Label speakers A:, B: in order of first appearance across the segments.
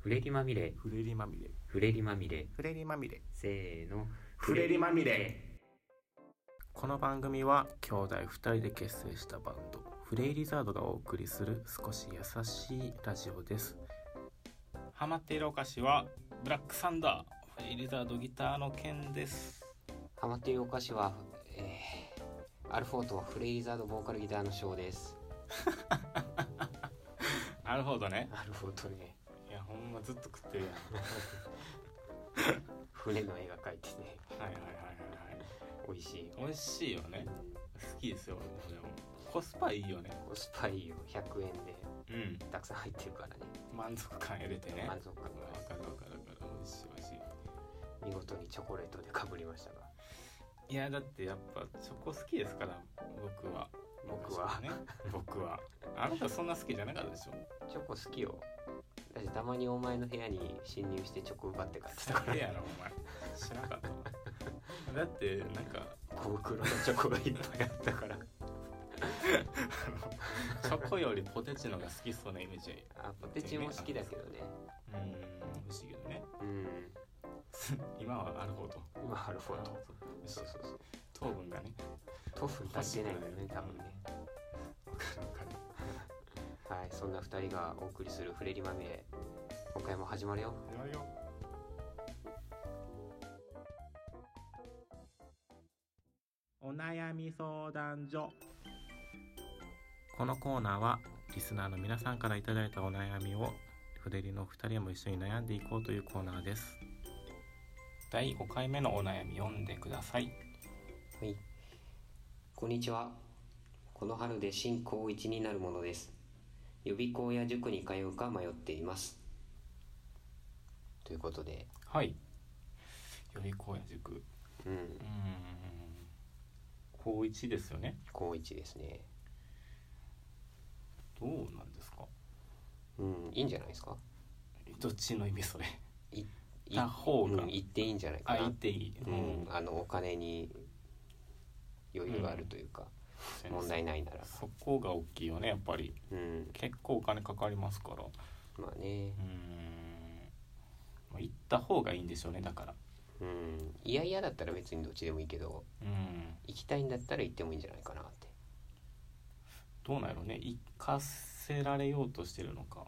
A: フレリまみれ
B: フレリまみれ
A: フレリまみれ
B: フレリまみれ
A: せーの
B: フレリまみれこの番組は兄弟2人で結成したバンドフレイリザードがお送りする少し優しいラジオです
C: ハマっているお菓子はブラックサンダーフレイリザードギターの剣です
D: ハマっているお菓子は、えー、アルフォートフレイリザードボーカルギターのショーです
C: なるほどね
D: アルフォートね
C: いやほんまずっと食ってるやん
D: 船の絵が描いてね
C: はいはいはいはいはい
D: 美味しいよ
C: 美味しいよね好きですよ俺もでもコスパいいよね
D: コスパいいよ100円で
C: うん
D: たくさん入ってるからね
C: 満足感得れてね
D: 満足感
C: わ
D: が
C: かるわかるわかる美味しい美味しい
D: 見事にチョコレートでかぶりましたが
C: いやだってやっぱチョコ好きですから僕は
D: 僕は
C: 昔 ね僕はあなたそんな好きじゃなかったでしょ
D: チョコ好きよだってたまにお前の部屋に侵入してチョコ奪って帰ってたから
C: いやろお前知らなかったわだってなんか
D: 小袋のチョコがいっぱいあったから
C: あの チョコよりポテチのが好きそうなイメージ
D: あポテチも好きだけどね
C: うん美味しいけどね
D: うん
C: 今はアルフォート
D: 今アルフォート
C: 美味しい
D: そうそうそう
C: 糖分がね
D: 豆腐足ってないんだよね多分ね
C: わかるわかる
D: はいそんな2人がお送りする「フレリまみれ」今回も始まるよ
C: 始まるよ
B: お悩み相談所このコーナーはリスナーの皆さんからいただいたお悩みをフレリのお二人も一緒に悩んでいこうというコーナーです
C: 第5回目のお悩み読んでください
D: はいこんにちはこの春で新高1になるものです予備校や塾に通うか迷っていますということで
C: はい予備校や塾
D: うん
C: うーん高一ですよね
D: 高1ですね
C: どうなんですか
D: うんいいんじゃないですか
C: どっちの意味それ
D: いい
C: た方が
D: うん、行っていいんじゃないか
C: あ
D: な
C: 言っていい、
D: うん、あのお金に余裕があるというか、問題ないなら
C: そこが大きいよねやっぱり
D: うん
C: 結構お金かかりますからう
D: まあね
C: ーんまあ行った方がいいんでしょうねだから
D: うんいやいやだったら別にどっちでもいいけど
C: うん
D: 行きたいんだったら行ってもいいんじゃないかなって
C: どうなんやろうね行かせられようとしてるのか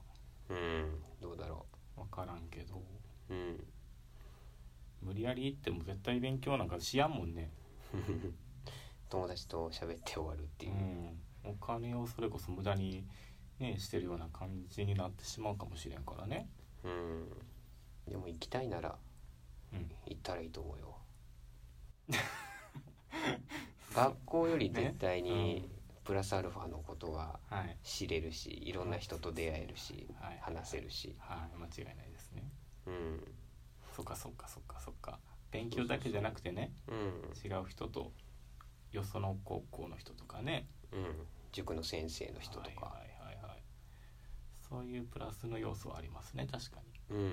D: うんどうだろ
C: 分からんけど
D: ううん
C: 無理やり行っても絶対勉強なんかしやんもんね
D: 友達と喋って終わるっていうう、
C: ん、お金をそれこそ無駄にねしてるような感じになってしまうかもしれんからね
D: うん、でも行きたいなら
C: うん
D: 行ったらいいと思う よ学校より絶対
C: ねう
D: に
C: ん
D: プラスアルファのことが
C: はい
D: 知れるしいろんな人と出会えるし、
C: はい
D: 話せるし、
C: はい間違いないですね
D: うん
C: そっかそっかそっかそっか勉強だけじゃなくてね
D: うん
C: 違う人とよその高校の人とかね
D: うん、塾の先生の人とか、
C: はいはいはいはいそういうプラスの要素はありますね確かに
D: うん
C: う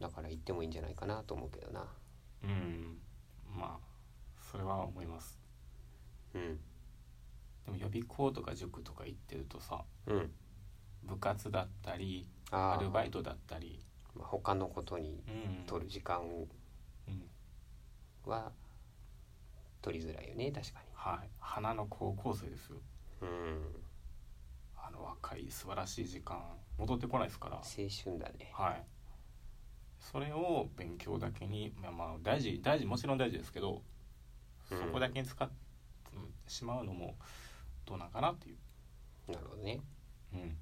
D: だから行ってもいいんじゃないかなと思うけどな
C: ーんまあそれは思います
D: うん
C: でも予備校とか塾とか行ってるとさ
D: うん
C: 部活だったり
D: あ
C: ア
D: あ
C: ルバイトだったり
D: まあ他のことに
C: うん
D: 取る時間
C: うん
D: は取りづらいよね確か
C: はい花の高校生ですよ
D: にうん
C: あの若い素晴らしい時間戻ってこないですから
D: 青春だね
C: はいそれを勉強だけにまあまあ大事大事もちろん大事ですけど、
D: うん
C: そこだけに使ってしまうのもどうなんかなっていう、
D: なるほどね
C: うん、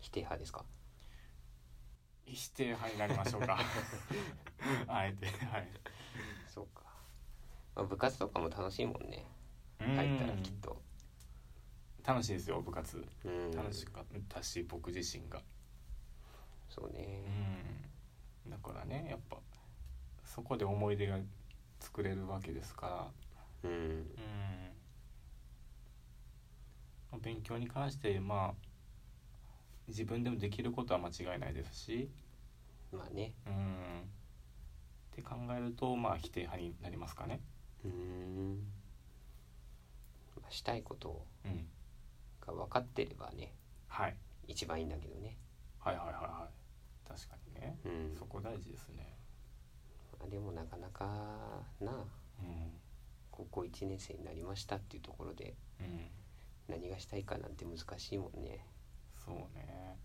D: 否定派ですか
C: 否定派になりましょう かあえてはい
D: そうか、まあ、部活とかも楽しいもんね
C: うん
D: 入ったらきっと
C: 楽しいですよ部活
D: うん
C: 楽しかったし僕自身が
D: そう
C: う
D: ね
C: んだからねやっぱそこで思い出が作れるわけですか
D: う
C: ら
D: ん
C: うん勉強に関してまあ自分でもできることは間違いないですし
D: まあね
C: うんって考えるとまあ否定派になりますかね
D: うん、まあ、したいこと
C: うん
D: が分かってればね
C: はい
D: 一番いいんだけどね
C: はいはいはい
D: うん
C: そこ大事ですね
D: まあでもなかなかなあ
C: うん
D: 高校1年生になりましたっていうところで
C: うん
D: 何がしたいかなんて難しいもんね
C: そうね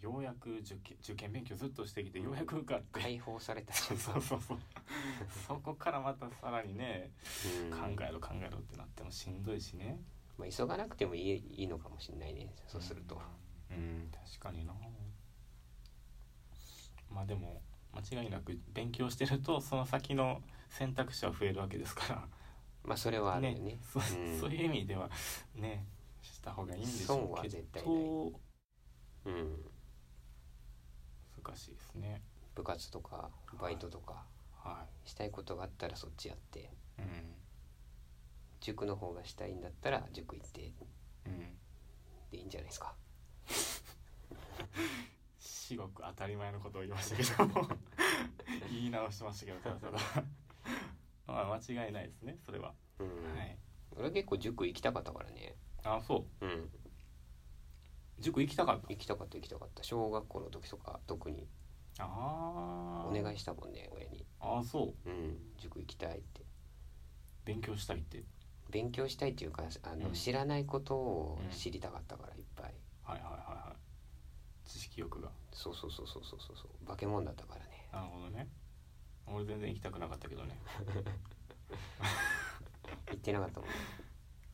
C: ようやく受験受験勉強ずっとしてきてようやく受かって、
D: 解放された
C: そ
D: 瞬
C: う
D: 間
C: そうそうそうそこからまたさらにね
D: うん
C: 考えろ考えろってなってもしんどいしね
D: まあ、急がなくてもいいいいのかもしれないねそうすると、
C: うん確かになまあでも間違いなく勉強してるとその先の選択肢は増えるわけですか
D: まあそれはあ
C: ら
D: るよね
C: そ
D: うん
C: そういう意味ではねした方がいいんでしょ
D: 損
C: う
D: は
C: け
D: 絶対ない
C: ど
D: うん、
C: 難しいですね
D: 部活とかバイトとか
C: は
D: したいことがあったらそっちやって
C: いうん
D: 塾の方がしたいんだったら塾行って
C: うん
D: でいいんじゃないですか
C: 至極当たり前のことを言いましたけど も言い直しましたけどただただ まあ間違いないですねそれは、
D: うん、
C: はい
D: 俺は結構塾行きたかったからね
C: あそう
D: うん
C: 塾行きたかった
D: 行きたかった行きたかった小学校の時とか特に
C: ああ
D: お願いしたもんね親に
C: ああそう
D: うん塾行きたいって
C: 勉強したいって
D: 勉強したいっていうかあの、
C: うん
D: 知らないことを知りたかったからいっぱい
C: はいはいはいはい知識欲が
D: そうそうそうそうそうそうそう化け物だったからね
C: なるほどね俺全然行きたくなかったけどね
D: 行ってなかったもんね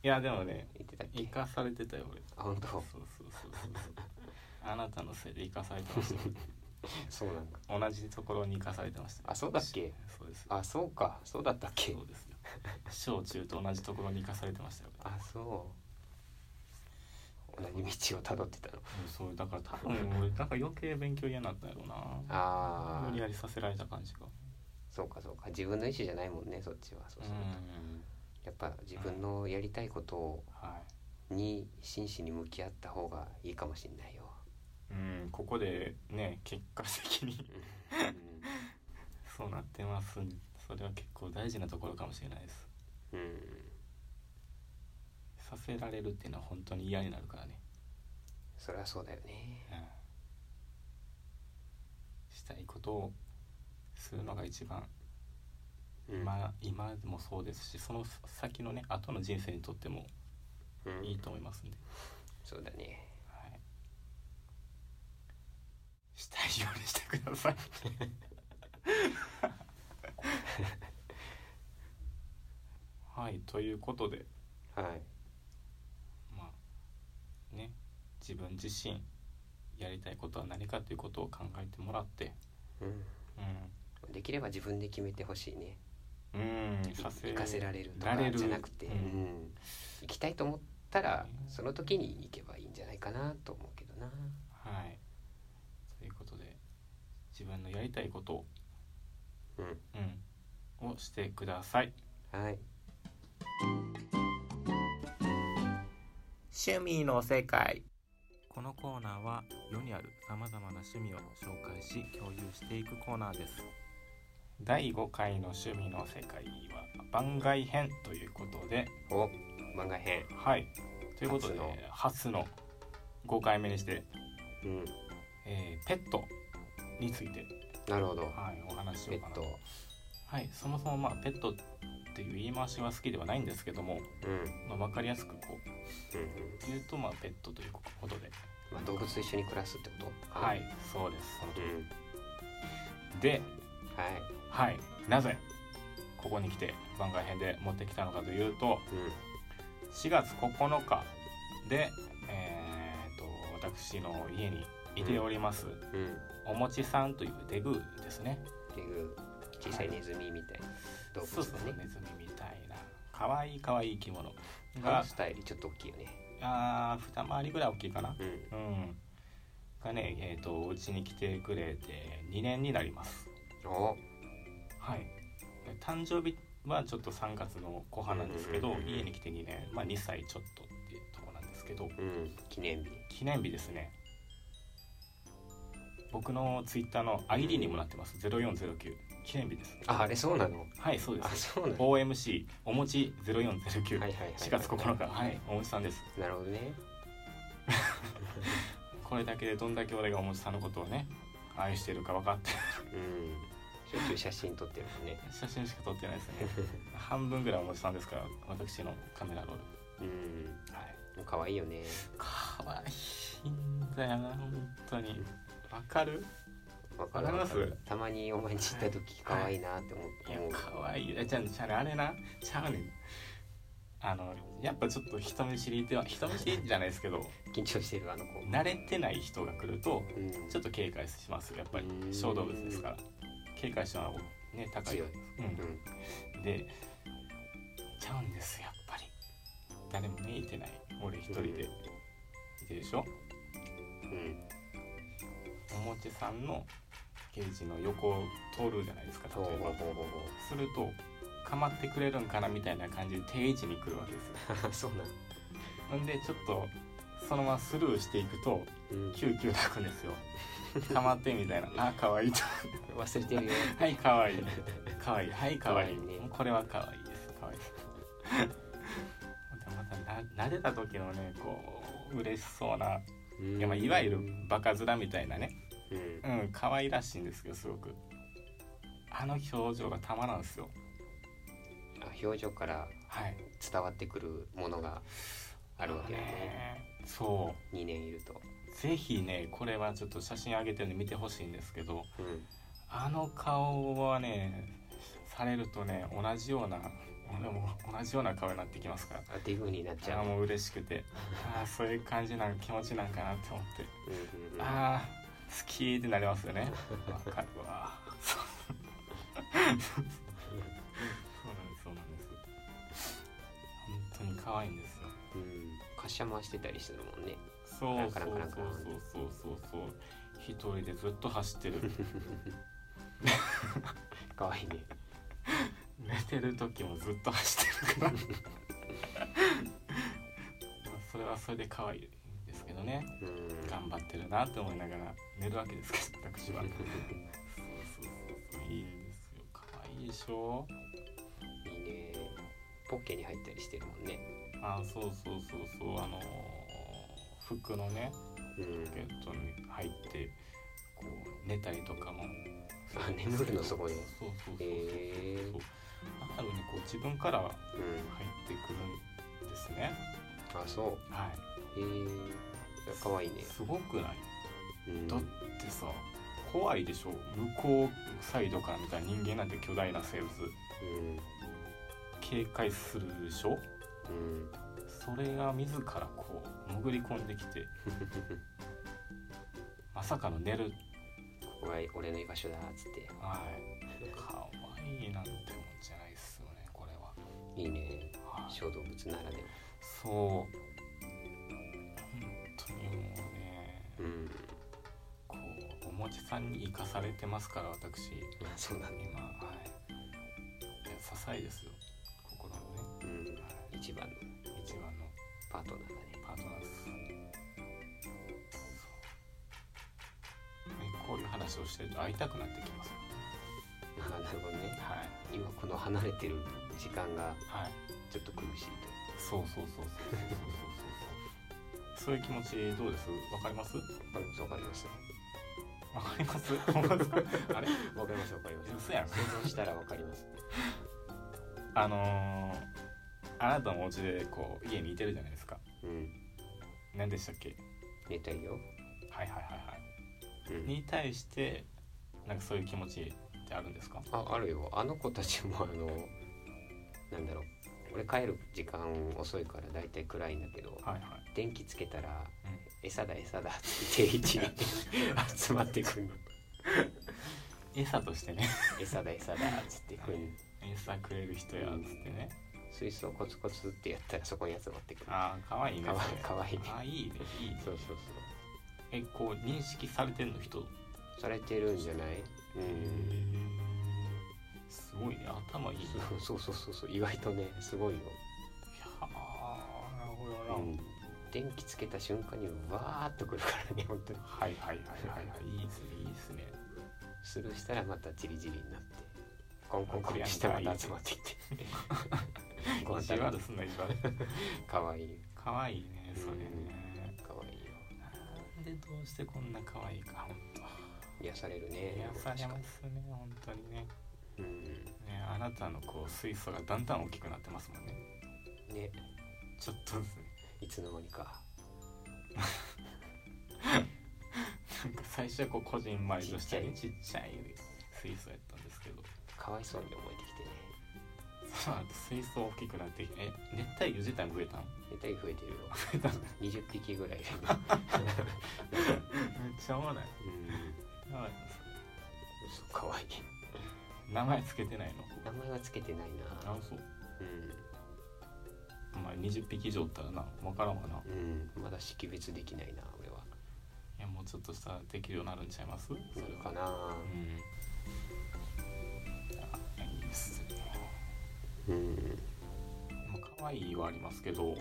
C: いやでもね
D: 行ってたっけ
C: 生かされてたよ俺
D: あ本当
C: そうそうそうそうそうあなたのせいで生かされてまし
D: そうなんだ
C: た同じところに生かされてました
D: あそうだっけ
C: そうです
D: あそうかそうだったっけ
C: そうですよ小中と同じところに生かされてましたよ
D: あそう同じ道をたどってたの
C: うんそうだから多分俺なんか余計勉強嫌になったんやろうな
D: あ
C: 無理や
D: あ
C: りさせられた感じが
D: そうかそうか自分の意思じゃないもんねそっちはそう
C: う
D: すると
C: ん
D: やっぱ自分のやりたいことを
C: はい
D: に真摯に向き合った方がいいかもしんないよ、
C: うん、ここでね結果的にそうなってますそれは結構大事なところかもしれないです
D: うん、うん、
C: させられるっていうのは本当に嫌になるからね、
D: それはそうだよね
C: うん、したいことをするのが一番、
D: うん、
C: 今今でもそうですしその先のね後の人生にとっても
D: うん
C: いいと思いますんで、
D: そうだね
C: はい、したいようにしてく ださいはいということで
D: はい
C: まあね自分自身やりたいことは何かということを考えてもらって
D: うん
C: う
D: できれば自分で決めてほしいね
C: ん、うん、
D: い行かせられると
C: ら
D: か
C: れる
D: じゃなくて、
C: う
D: うんん行きたいと思ったら
C: うん
D: その時に行けばいいんじゃないかなと思うけどな
C: はいということで自分のやりたいことを,、
D: う
C: うん、をしてください
D: んはい
B: 趣味の世界このコーナーは世にあるさまざまな趣味を紹介し共有していくコーナーです
C: 第5回の趣味の世界は番外編ということで
D: お漫画編
C: はいということで
D: 初の
C: 初の5回目にして、
D: うん
C: えーペットについて、
D: なるほど
C: はい、お話しし
D: ペ
C: ようか
D: ッ
C: な
D: ト
C: とはい、そもそもまあペットっていう言い回しは好きではないんですけども、
D: うんうん
C: まあ、分かりやすくこう
D: うん
C: 言うとまあペットということで
D: まあ動物と一緒に暮らすってこと
C: はいそうですその
D: う
C: 通
D: ん
C: りで
D: はい
C: はいなぜここに来て番外編で持ってきたのかというと
D: うん
C: 4月9日でえー、と私の家にいております、
D: うん
C: おもちさんというデグーですね
D: っていう小さいネズミみたいな動物
C: そうそう
D: だね
C: ネズミみたいな可愛い可愛い生き物
D: ハ
C: が
D: ムスタイルちょっと大きいよね
C: あー二回りぐらい大きいかな
D: うん
C: うん、がねえっ、とうちに来てくれて2年になります
D: お
C: はいで誕生日はちょっと3月の後半なんですけど
D: うんうんうんうん
C: 家に来て2年、まあ、2歳ちょっとっていうとこなんですけど
D: うん記念日
C: 記念日ですね僕のツイッターの ID にもなってます0409記念日です
D: ああれそうなの
C: はいそうで
D: あ
C: す
D: そうなの
C: OMC おもち0409、
D: はいはいはい
C: 4月9日はいおもちさんです
D: なるほどね
C: これだけでどんだけ俺がおもちさんのことをね愛してるか分かって
D: うんしょっちゅう写真撮ってるもんね
C: 写真しか撮ってないですね 半分ぐらいおじさんですから私のカメラロール
D: うん
C: はい
D: もう可愛いよね
C: かわいいんだよな本当にわかる
D: わかる
C: わかります
D: わかるたまにお前んち行った時可愛いなって思
C: い
D: っ
C: や
D: 思う
C: かわいいあじゃあじゃあねあれなちゃうねんあのやっぱちょっと人見知りでは人見知りじゃないですけど
D: 緊張してるあの子
C: 慣れてない人が来ると
D: うん
C: ちょっと警戒しますやっぱり
D: うん
C: 小動物ですから警戒心はね高い
D: 強いうん
C: うん、でちゃうんですやっぱり誰も見えてない俺一人でいてるでしょ
D: うん
C: 表さんのケージの横を通るじゃないですか
D: ほう
C: 例
D: ほう
C: えば
D: ほうほう
C: すると構ってくれるんかなみたいな感じで定位置に来るわけですよ
D: ほう そうなん
C: んでちょっとそのままスルーしていくと
D: うん
C: キューキュー泣くんですよ構ってみたいなあ可愛いと
D: 忘れてるよ
C: はい可愛い可愛いはい可愛
D: 可愛
C: い
D: いね
C: これは可愛いです可愛い でまたな撫でた時のねこう嬉しそうな、いやまあ、いわゆるバカ面みたいなね
D: うん
C: うん可愛らしいんですけどすごくあの表情がたまらんですよ
D: あ表情から
C: はい
D: 伝わってくるものがあるわけだね
C: ねそ
D: 2年いると
C: うぜひねこれはちょっと写真上げてるんで見てほしいんですけど
D: うん
C: あの顔はねされるとね同じような俺も同じような顔になってきますから
D: あっていう風になっち
C: あ
D: ゃ
C: あ
D: う
C: もう嬉しくてああそういう感じなん気持ちなんかなって思って
D: うんうんうん
C: ああ好きーってなりますよねわかるわそうそうなんですそうなんです本当に可愛いんですよ
D: うん滑車回してたりするもんね
C: そうそうそうそうそうそうそう一人でずっと走ってる
D: 可愛いね
C: 寝てる時もずっと走ってるから まあそれはそれで可愛いんですけどね
D: うん
C: 頑張ってるなって思いながら寝るわけですけど私 はそうそうそうそういいんですよ可愛いでしょ
D: いいねポッケに入ったりしてるもんね
C: あそうそうそうそうあのー服のね
D: うん
C: ポケットに入ってこう寝たりとかも
D: あ眠るのすごいね
C: そうそうそうそ
D: へ
C: う、
D: ー
C: そうあるにこう自分から入
D: うん
C: ってくるんですね
D: あそ
C: は
D: うへえ可愛い
C: い
D: ね
C: すごくない
D: うん
C: だってさ怖いでしょ向こうサイドから見た人間なんて巨大な生物
D: うん
C: 警戒するでしょ
D: うん
C: それが自らこう潜り込んできてまさかの寝る
D: ここが俺の居場所だっつって
C: はいかわいいなんてもんじゃないっすよねこれは、
D: いいね
C: はい
D: 小動物ならでは
C: そう本当にもうね
D: うん
C: こうおもちさんに生かされてますから私
D: あそうだね
C: 今はいいや支えですよ心のね
D: うん一番の
C: 一番の
D: パートナーだね
C: パートナーですそうねこういう話をしてると会いたくなってきます
D: あなるほどね
C: はい
D: 今この離れてる時間が
C: はい
D: ちょっと苦しい
C: そうそうそうそうそうそうそうそうそういう気持ちどうですわかります
D: とわかりますわかります
C: わかりますほんまですかあれ
D: わかりますわかります
C: 嘘やん
D: 想像したらわかります
C: あのー、あなたもお家でこう家にいてるじゃないですか
D: うん
C: 何でしたっけ
D: 寝たいよ
C: はいはいは
D: う
C: いはい
D: ん
C: に対してなんかそういう気持ちってあるんですか
D: ああるよあの子たちもあのなんだろう俺帰る時間遅いからだいたい暗いんだけど
C: はいはい
D: 電気つけたら
C: うん
D: 「餌だ餌だ」って 定位置に集まってくんの
C: 餌としてね
D: 「餌だ餌だ」っつってくん
C: 餌くれる人やっつってね
D: 水槽コツコツってやったらそこに集まってくる
C: ああかわいいね
D: かわ
C: それ
D: かわいいね
C: あーいいねいいね
D: そうそう
C: えこう認識されてんの人
D: そうされてるんじゃないうん
C: すごいね頭いいねいや
D: そうそうそうそう意外とねすごいよ、
C: ーなるほどな、
D: うん、電気つけた瞬間にわーっとくるからね本当に
C: はいはいはいはいはいいいですねいいですね
D: スルーしたらまたチリチリになってコンコンコンしてまた集まってきて ご
C: 意
D: 飯
C: 地
D: 食べ
C: 悪
D: る
C: すんな意地悪
D: かわいい
C: かわいいねそれね
D: かわいいよ
C: なんでどうしてこんなかわいいかほんと
D: 癒されるね
C: 癒されま
D: 確か
C: すね本当にね
D: にうん
C: ねあなたのこう水素がだんだん大きくなってますもんね
D: ね
C: ちょっとずつね
D: いつの間にか
C: なんか最初はこうこじんまりとしたりちっちゃい水素やったんですけど
D: かわいそうに思えてきてね
C: その後水素大きくなってきてえ熱帯魚自体も増えたの
D: 絶対増えてるよ
C: 増えた の
D: 20匹ぐらいいる
C: めっちゃおもろいや
D: うん
C: ばい
D: そうかわいい
C: 名前つけてないの
D: 名前はつけてないな
C: あそう
D: うん
C: お前20匹以上おったらな分からんわない
D: うん、まだ識別できないな俺は
C: やもうちょっとしたらできるようになるんちゃいますそれ
D: なるか
C: は
D: な
C: うんあいいですね
D: うん
C: まあ可愛いはありますけど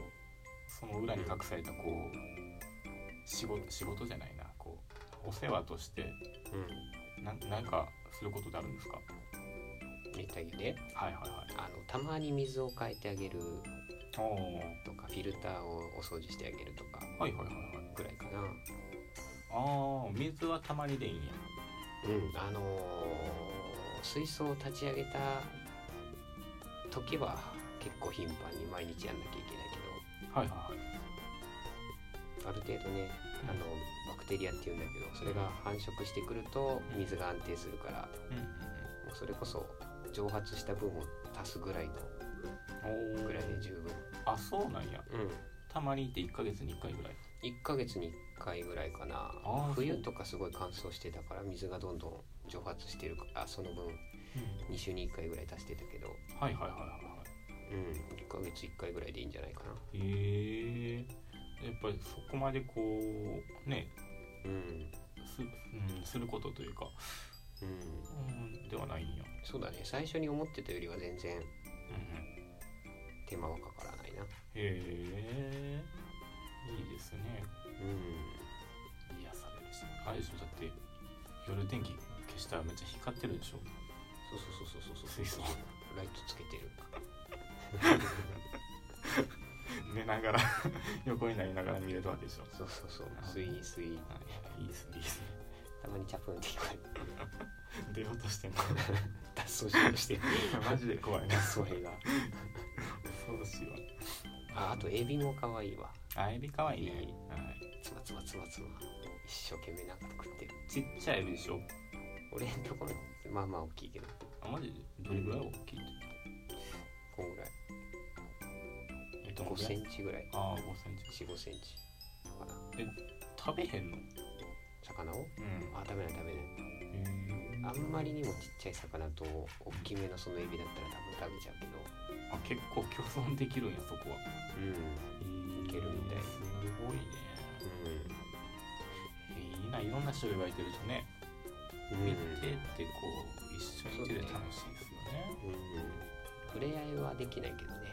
C: その裏に隠されたこう仕事仕事じゃないなこうお世話として
D: うん
C: なんなんかすることってあるんですか
D: 熱帯魚で
C: はいはいはい
D: あのたまに水を変えてあげる
C: おおー
D: とかフィルターをお掃除してあげるとか
C: はいはいはいはい
D: ぐらいかな
C: ああ水はたまりでいいんや
D: うんあのー水槽を立ち上げた時は結構頻繁に毎日やんなきゃいけない
C: はいはいはい
D: けどある程度ねあのバクテリアっていうんだけどそれが繁殖してくると水が安定するから
C: うん
D: もうそれこそ蒸発した分を足すぐらいの
C: うんうんお
D: ぐらいで
C: ー
D: 十分
C: あそうなんや
D: うん
C: たまにって1ヶ月に1回ぐらい
D: 1ヶ月に1回ぐらいかな
C: あー
D: 冬
C: そう
D: とかすごい乾燥してたから水がどんどん蒸発してるからその分2週に1回ぐらい足してたけど
C: はいはいはいはいはい
D: うん1ヶ月1回ぐらいでいいんじゃないかな
C: へえやっぱりそこまでこうね
D: うん
C: す,、うん、することというか、
D: うん
C: うん、ではないんや、
D: そうだね最初に思ってたよりは全然
C: うんうん、へ
D: 手間はかからないな
C: えいいですね
D: うん
C: 癒されるしあれでしょだって夜電気消したらめっちゃ光ってるでしょ
D: そうそうそうそうそう
C: 水槽
D: ライトつけてる
C: 寝ながら 横になりながら見れるわけでしょ
D: そうそうそう水水
C: はいいいですねいいですね
D: たまにチャプンって聞こえる
C: 出ようとしても
D: 脱走しようとしてる
C: マジで怖いな
D: それが
C: 恐ろしいわ
D: ああとエビも可愛いわ
C: あエビかわいいね、
D: いい
C: はい、
D: つまつまつまつま一生懸命なんか食ってる
C: ちっちゃいエビでしょ
D: 俺のところまあまあ大きいけど
C: あマジでどれぐらい大きいって
D: こんぐらい
C: えどの
D: 5
C: ぐら
D: セ
C: い
D: ンチぐらい
C: ああ5センチ
D: 45センチかな
C: 食べへんの
D: 魚を
C: うん
D: あ食べない食べない
C: へ
D: あんまりにもちっちゃい魚と大きめのそのエビだったら多分食べちゃうけど
C: あ結構共存できるんやそこは
D: うんいけるみたい
C: すごいねいいないろんな種類がいてるとね
D: うん
C: 見てってこう一緒にいてて楽しいですよね
D: うん触れ合いはできないけどね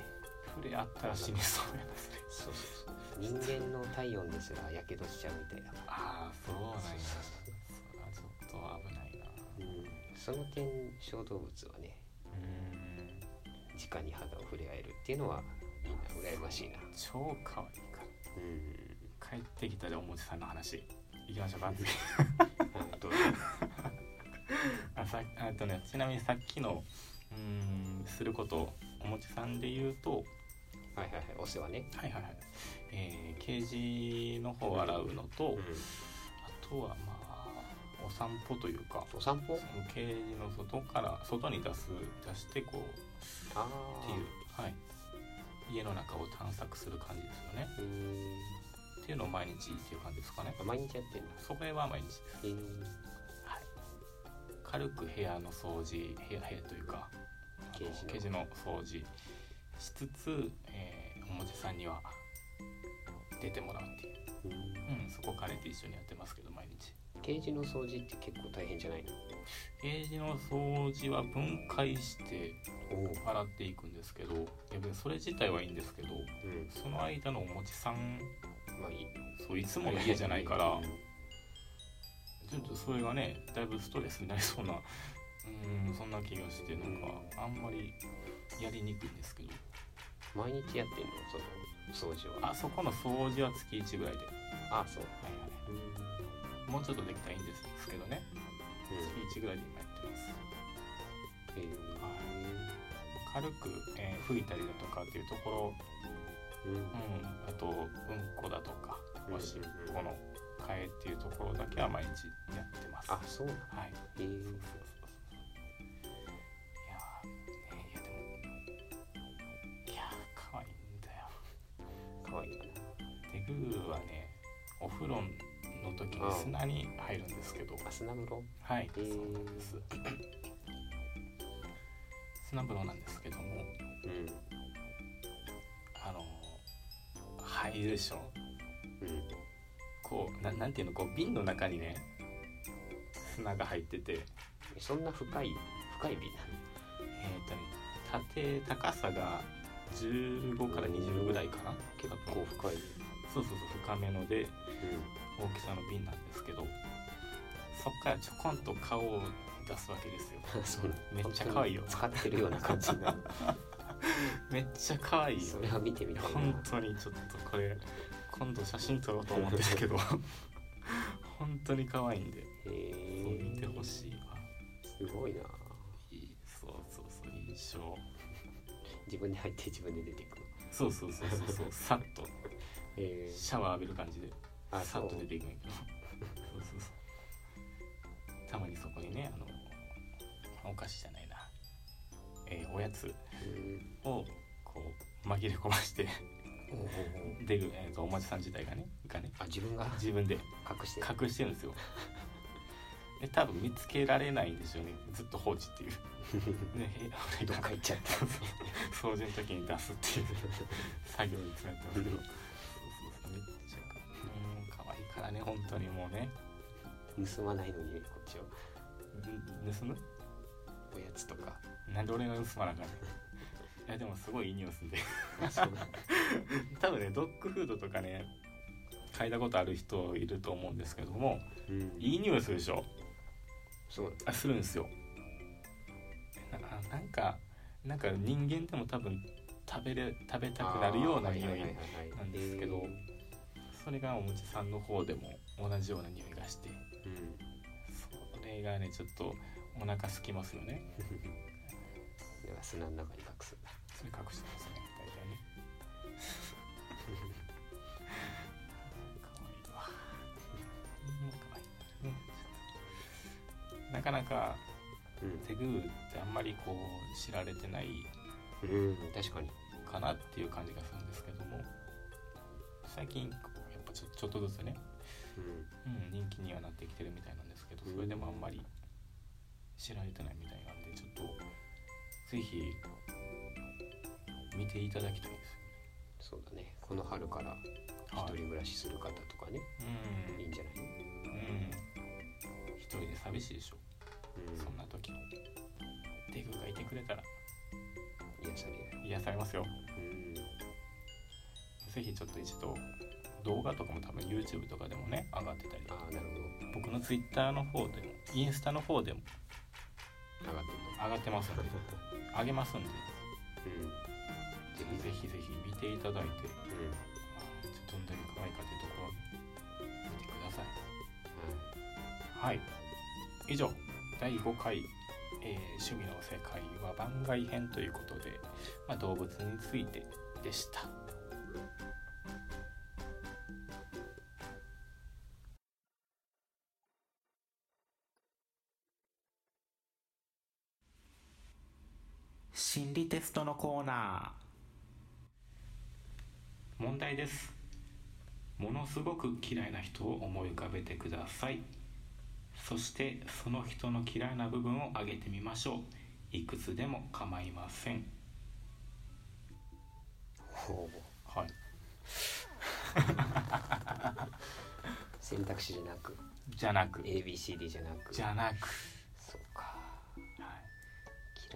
C: 触れ合ったら死にそうやなそれ
D: そうそうそう人間の体温ですらやけどしちゃうみたいだから
C: ああそうなんや
D: そうそうそう
C: それはちょっと危ないな
D: うんその点小動物はね
C: うん
D: 直に肌を触れ合えるっていうのはいいな羨ましいな
C: 超可愛いから
D: うん
C: 帰ってきたでおもちさんの話いきましょうか次
D: どう
C: あさあとねちなみにさっきのうーんすることおもちさんで言うと
D: はいはいはいお世話ね
C: はいはいはい、えー、ケージの方を洗うのと、
D: う
C: あとはまあお散歩というか
D: んお散歩
C: そのケージの外から外に出す出してこう
D: あ
C: っていう、はい、家の中を探索する感じですよね
D: あうん
C: っていうのを毎日っていう感じですかね
D: あ毎日やってんだ
C: それは毎日です
D: へえ
C: 軽く部屋の掃除部屋部屋というかあ
D: ケージの
C: のケージの掃除しつつ、えーおもちさんには出てもらうっていう、うん、そこを兼ねて一緒にやってますけど毎日
D: ケージの掃除って結構大変じゃないの
C: ケージの掃除は分解して
D: おお
C: 洗っていくんですけどいや別にそれ自体はいいんですけど
D: うん
C: その間のおもちさん
D: まあいい
C: そういつもの家じゃないか
D: う
C: ら
D: ん
C: ちょっとそれがねだいぶストレスになりそうなうんそんな気がしてなんかあんまりやりにくいんですけど
D: 毎日やってんのその掃除は
C: あそこの掃除は月1ぐらいで、は
D: あそう
C: いは
D: うん
C: い、もうちょっとできたらいいんですけどねぐらいで今やってます
D: えー
C: 軽く、えー吹いたりだとかっていうところ、
D: うんうん
C: うん、あとうんこだとか
D: うん
C: おしっこの替えっていうところだけは毎日やってます
D: あそうなん
C: はい
D: えー
C: そうそうそうそういやーねいやでもいやー可愛いんだよ
D: かわいいな
C: デグーはねお風呂の時に砂に入るんですけど、
D: あ砂風呂
C: はい、
D: えー
C: そうなんです砂風呂なんですけども
D: うん
C: あの入るでしょ
D: うん
C: こうななんていうのこう瓶の中にね砂が入ってて
D: えそんな深い深い美な
C: えっ、とね縦高さが15から20ぐらいかな
D: 結構深い
C: そうそうそう深めので
D: うん
C: 大きさの瓶なんですけどそっからちょこんと顔を出すわ けですよ
D: そうな
C: めっちゃ可愛いよ
D: 使ってるような感じになる
C: めっちゃ可愛 いよ
D: それは見てみたいな
C: 本当にちょっとこれ今度写真撮ろうと思うんですけど 本当に可愛いんで、
D: へ
C: そう
D: え
C: 見てほしいわ
D: すごいない
C: いそうそうそう印象
D: 自分で入って自分で出てくる
C: そうそうそうそうそうさっと
D: へ
C: シャワー浴びる感じで
D: あ
C: さっと
D: そう
C: 出ていくんやけどそうそうそうたまにそこにねあのお菓子じゃないな、えーおやつ
D: うん
C: をこう紛れ込まして
D: おうおうおう
C: で、えー、とおまじさん自体がねがね
D: あ自分が
C: 自分で
D: 隠してる
C: 隠してるんですよ で多分見つけられないんですよねずっと放置っ ていうねえ俺
D: どっ
C: が
D: か行っちゃった
C: そうそう 掃除の時に出すっていう 作業に詰めてます けどそうそうそうめっちゃかわいいからね本当にもうね
D: 盗まないのにねこっちは
C: ん盗む
D: おやつとか
C: なんで俺が盗まなあかんね んいやでもすごいいい匂いすんで
D: そうなん
C: 多分ねドッグフードとかね嗅いだことある人いると思うんですけども
D: うん
C: いい匂いするでしょ
D: そうなん
C: あするんですよなあなんかなんか人間でも多分食べれ食べたくなるような匂いなんですけど
D: あーはいはいはいはい
C: それがおもちさんの方でも同じような匂いがして
D: えーうん
C: それがねちょっとお腹空きますよね
D: では砂の中に隠す
C: それ隠してますね大体ね 可愛いわうん可愛いねなかなか
D: うん
C: テグーってあんまりこう知られてない
D: うん確かに
C: かなっていう感じがするんですけども最近こうやっぱちょちょっとずつね、
D: うん
C: うん、人気にはなってきてるみたいなんですけどそれでもあんまり知られてないみたいなんでちょっとぜひ見ていただきたいです
D: そうだねこの春から一人暮らしする方とかね
C: うん
D: いいんじゃない
C: うん一人で寂しいでしょ
D: うん
C: そんな時デグがいてくれたら
D: 癒される
C: 癒されますよ
D: うん
C: ぜひちょっと一度動画とかも多分 YouTube とかでもね上がってたり
D: ああなるほど
C: 僕の Twitter の方でもインスタの方でも
D: 上がってる
C: 上がってますんで上げますんで
D: うん
C: ぜ
D: ぜ
C: ひぜひぜひ見ていただいて
D: ひうんは
C: あーちょっとどんだけ可愛いかというところを見てくださいはい以上第5回、えー趣味の世界は番外編」ということで、まあ、動物についてでした。
B: 心理テストのコーナ
C: 問題ですものすごく嫌いな人を思い浮かべてくださいそしてその人の嫌いな部分を挙げてみましょういくつでも構いません
D: ほう
C: はい
D: 選択肢じゃなく
C: じゃなく
D: ABCD じゃなく
C: じゃなく、
D: そうか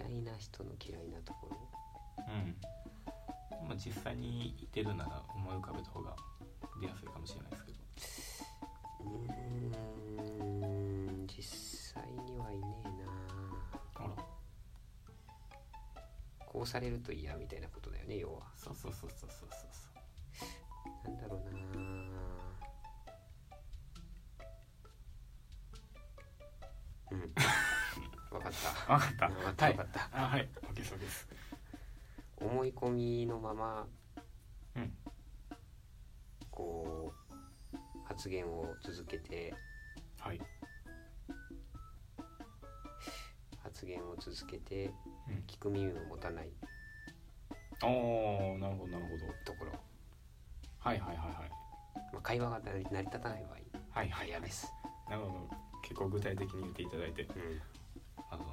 D: 嫌いな人の嫌いなところ
C: はい、うんまあ実際にいてるなら思い浮かべた方が出やすいかもしれないですけど
D: うーん実際にはいねえな
C: ほら
D: こうされると嫌みたいなことだよね要は
C: そうそうそうそうそうそうそう
D: なんだろうなうんわかった
C: 分かった
D: わかっ
C: は
D: た
C: い
D: わかった
C: あはいオッケーそうです
D: 思い込みのまま
C: うん
D: こう発言を続けて
C: はい
D: 発言を続けて
C: うん
D: 聞く耳を持たない
C: おーなるほどなるほど
D: ところ、
C: はいはいはい
D: まあ、会話が成り成り立たない場合
C: はいはい
D: は
C: はい
D: 嫌です、
C: なるほど結構具体的に言っていただいて
D: うん、
C: などなど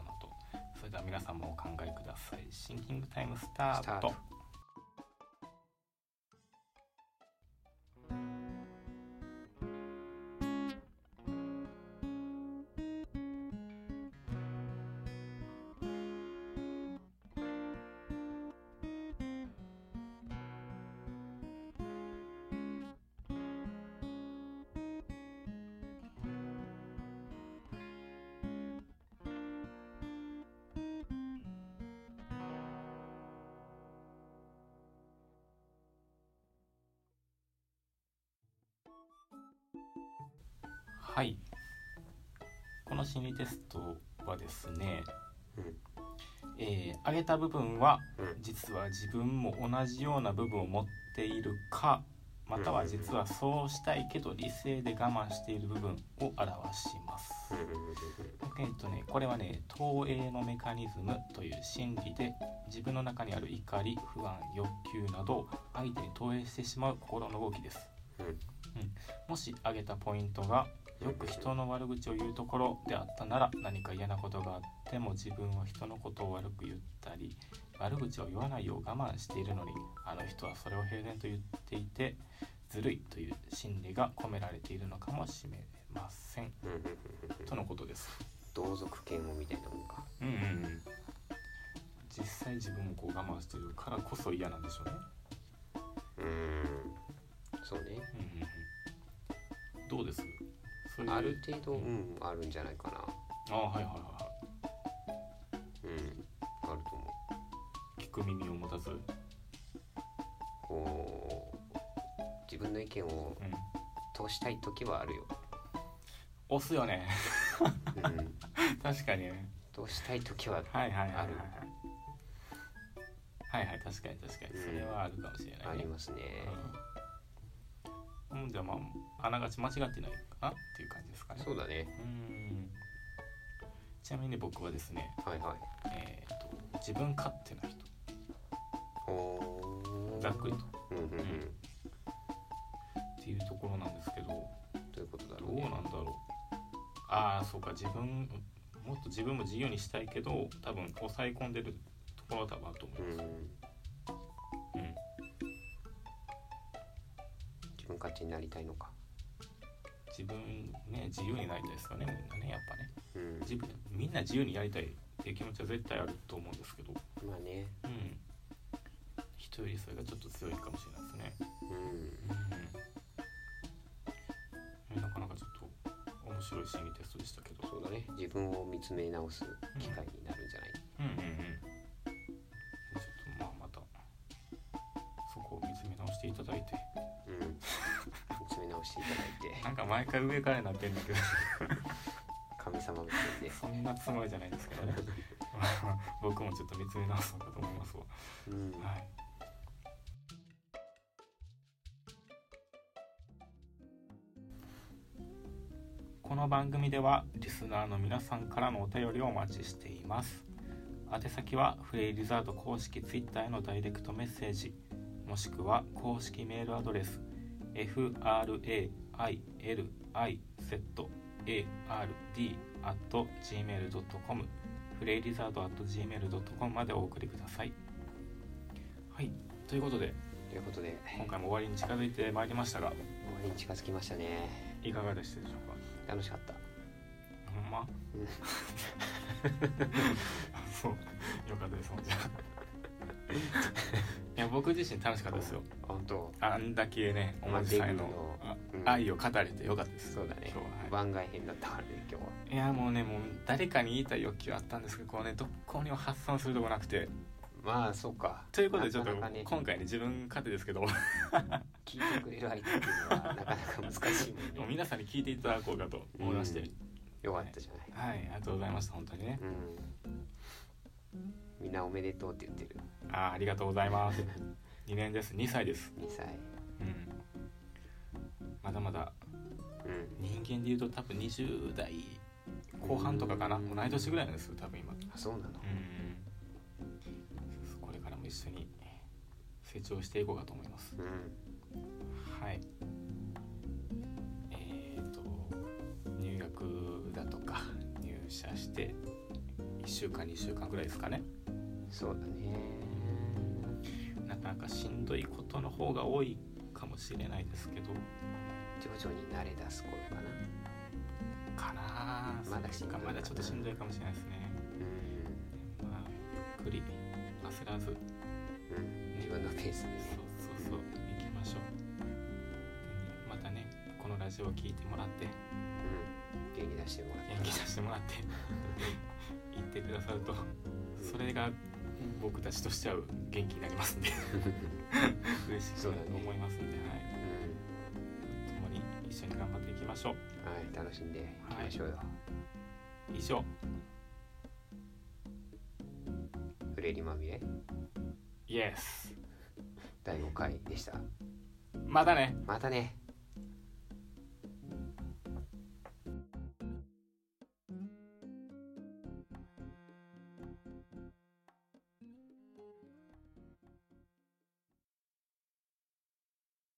C: それでは皆さんもお考えくださいシンキングタイムスタート
D: スタート
C: はいこの心理テストはですね、
D: うん
C: えー上げた部分は
D: うん
C: 実は自分も同じような部分を持っているかまたは実はそうしたいけど理性で我慢している部分を表しま
D: う
C: す。
D: んうんうんうん
C: えっとね、これはね投影のメカニズムという心理で自分の中にある怒り不安欲求などを相手に投影してしまう心の動きです、
D: うん
C: もし挙げたポイントがよく人の悪口を言うところであったなら何か嫌なことがあっても自分は人のことを悪く言ったり悪口を言わないよう我慢しているのにあの人はそれを平然と言っていてずるいという心理が込められているのかもしれません
D: うんうんうんうん
C: とのことです
D: 同族嫌悪みたいなもんか
C: うんうんうん実際自分もこう我慢してるからこそ嫌なんでしょうね、
D: うーんそうね
C: うんうんうん、どうですそういう
D: ある程度うんあるんじゃないかな
C: あはいはいはいは
D: うんあると思
C: い聞く耳を持たず、うん、
D: うこう自分の意見を通したい時はあるよ、
C: 押すよね
D: うん、
C: 確かにね
D: 通したい時は
C: はいはいはいはい
D: ある
C: はいはい確かに確かにそれはあるかもしれな
D: あ
C: いね
D: り、ますね
C: うんうん、じゃあまああながち間違ってないかなっていう感じですかね
D: そうだね
C: うんちなみに僕はですね、
D: はいはい
C: えー、と自分勝手な人
D: おー
C: ざっくりと
D: うんうんうん
C: っていうところなんですけど
D: ということだろう
C: どう
D: ね
C: なんだろうああそうか自分もっと自分も自由にしたいけど多分抑え込んでるところは多分あると思いうます、
D: ん
C: うん
D: 自分勝ちになりたいのか
C: 自分ね自由になりたいですよねみんなねやっぱね
D: うん
C: 自分みんな自由にやりたいっていう気持ちは絶対あると思うんですけど
D: まあね
C: うん人よりそれがちょっと強いかもしれないですね
D: うん
C: うんなかなかちょっと面白い心理テストでしたけど
D: そうだね自分を見つめ直す機会になるんじゃない
C: うんうんうんちょっとまあまたそこを見つめ直していただいて
D: うん見つめ直していただいて
C: なんか毎回上からになってんだけど
D: 神様目線で
C: そんなつもりじゃないんですけど ね僕もちょっと見つめ直そうかと思いますわ
D: うん
C: はいこの番組ではリスナーの皆さんからのお便りをお待ちしています宛先はフレイリザード公式 Twitter へのダイレクトメッセージもしくは公式メールアドレス frailizard.gmail.com フレイリザード .gmail.com までお送りくださいはい、ということで
D: ということで
C: 今回も終わりに近づいてまいりましたが
D: 終わりに近づきましたね
C: いかがでしたでしょうか
D: 楽しかった
C: ほんま そうよかったですほんじゃ いや僕自身楽しかったですよ
D: 本当
C: あんだけねお
D: まあ
C: まじさいの
D: デブの
C: あ愛を語れてよかったです
D: そうだね
C: 今日は、は、
D: 番外編だったからね今日はい
C: いやもうねもう誰かに言いたい欲求あったんですけどこうねどこにも発散するとこなくて
D: まあそうか
C: ということでちょっと
D: なかなかね
C: 今回ね自分勝手ですけ ども
D: 聞い てくれる相手っていうのはなかなか難しいもん
C: う
D: ね
C: 皆さんに聞いていただこうかと思いまして、
D: よかったじゃない、
C: はい、ありがとうございました、本当にね。
D: うんみんなおめでとうって言ってる
C: あー、ありがとうございます。2年です、2歳です。
D: 2歳
C: うん。まだまだ
D: うん
C: 人間でいうと多分20代後半とかかな、同い年ぐらいなんですよ、多分今。
D: あそうなの
C: うん。これからも一緒に成長していこうかと思います。
D: うん
C: はい。えっ、と入学だとか入社して1週間2週間ぐらいですかね。
D: そうだね
C: なかなかしんどいことの方が多いかもしれないですけど、
D: 徐々に慣れ出す頃かな
C: かなあ。
D: まだしんどいかな
C: まだちょっとしんどいかもしれないですね。
D: うん
C: まあゆっくり焦らず、そう
D: うん自分のペースで
C: そうそう行きましょう。またねこのラジオを聞いてもらって。
D: うん元気出してもらっ
C: 元
D: た
C: 気出して もらって行ってくださるとそれが僕たちとしては元気になりますんで嬉し
D: そうだね
C: く思いますんで、はい、
D: う
C: 共に一緒に頑張っていきましょうん
D: はい楽しんでいきましょうよ、
C: 以上
D: フレリまみれ
C: イエス
D: 第5回でした
C: またね
D: またね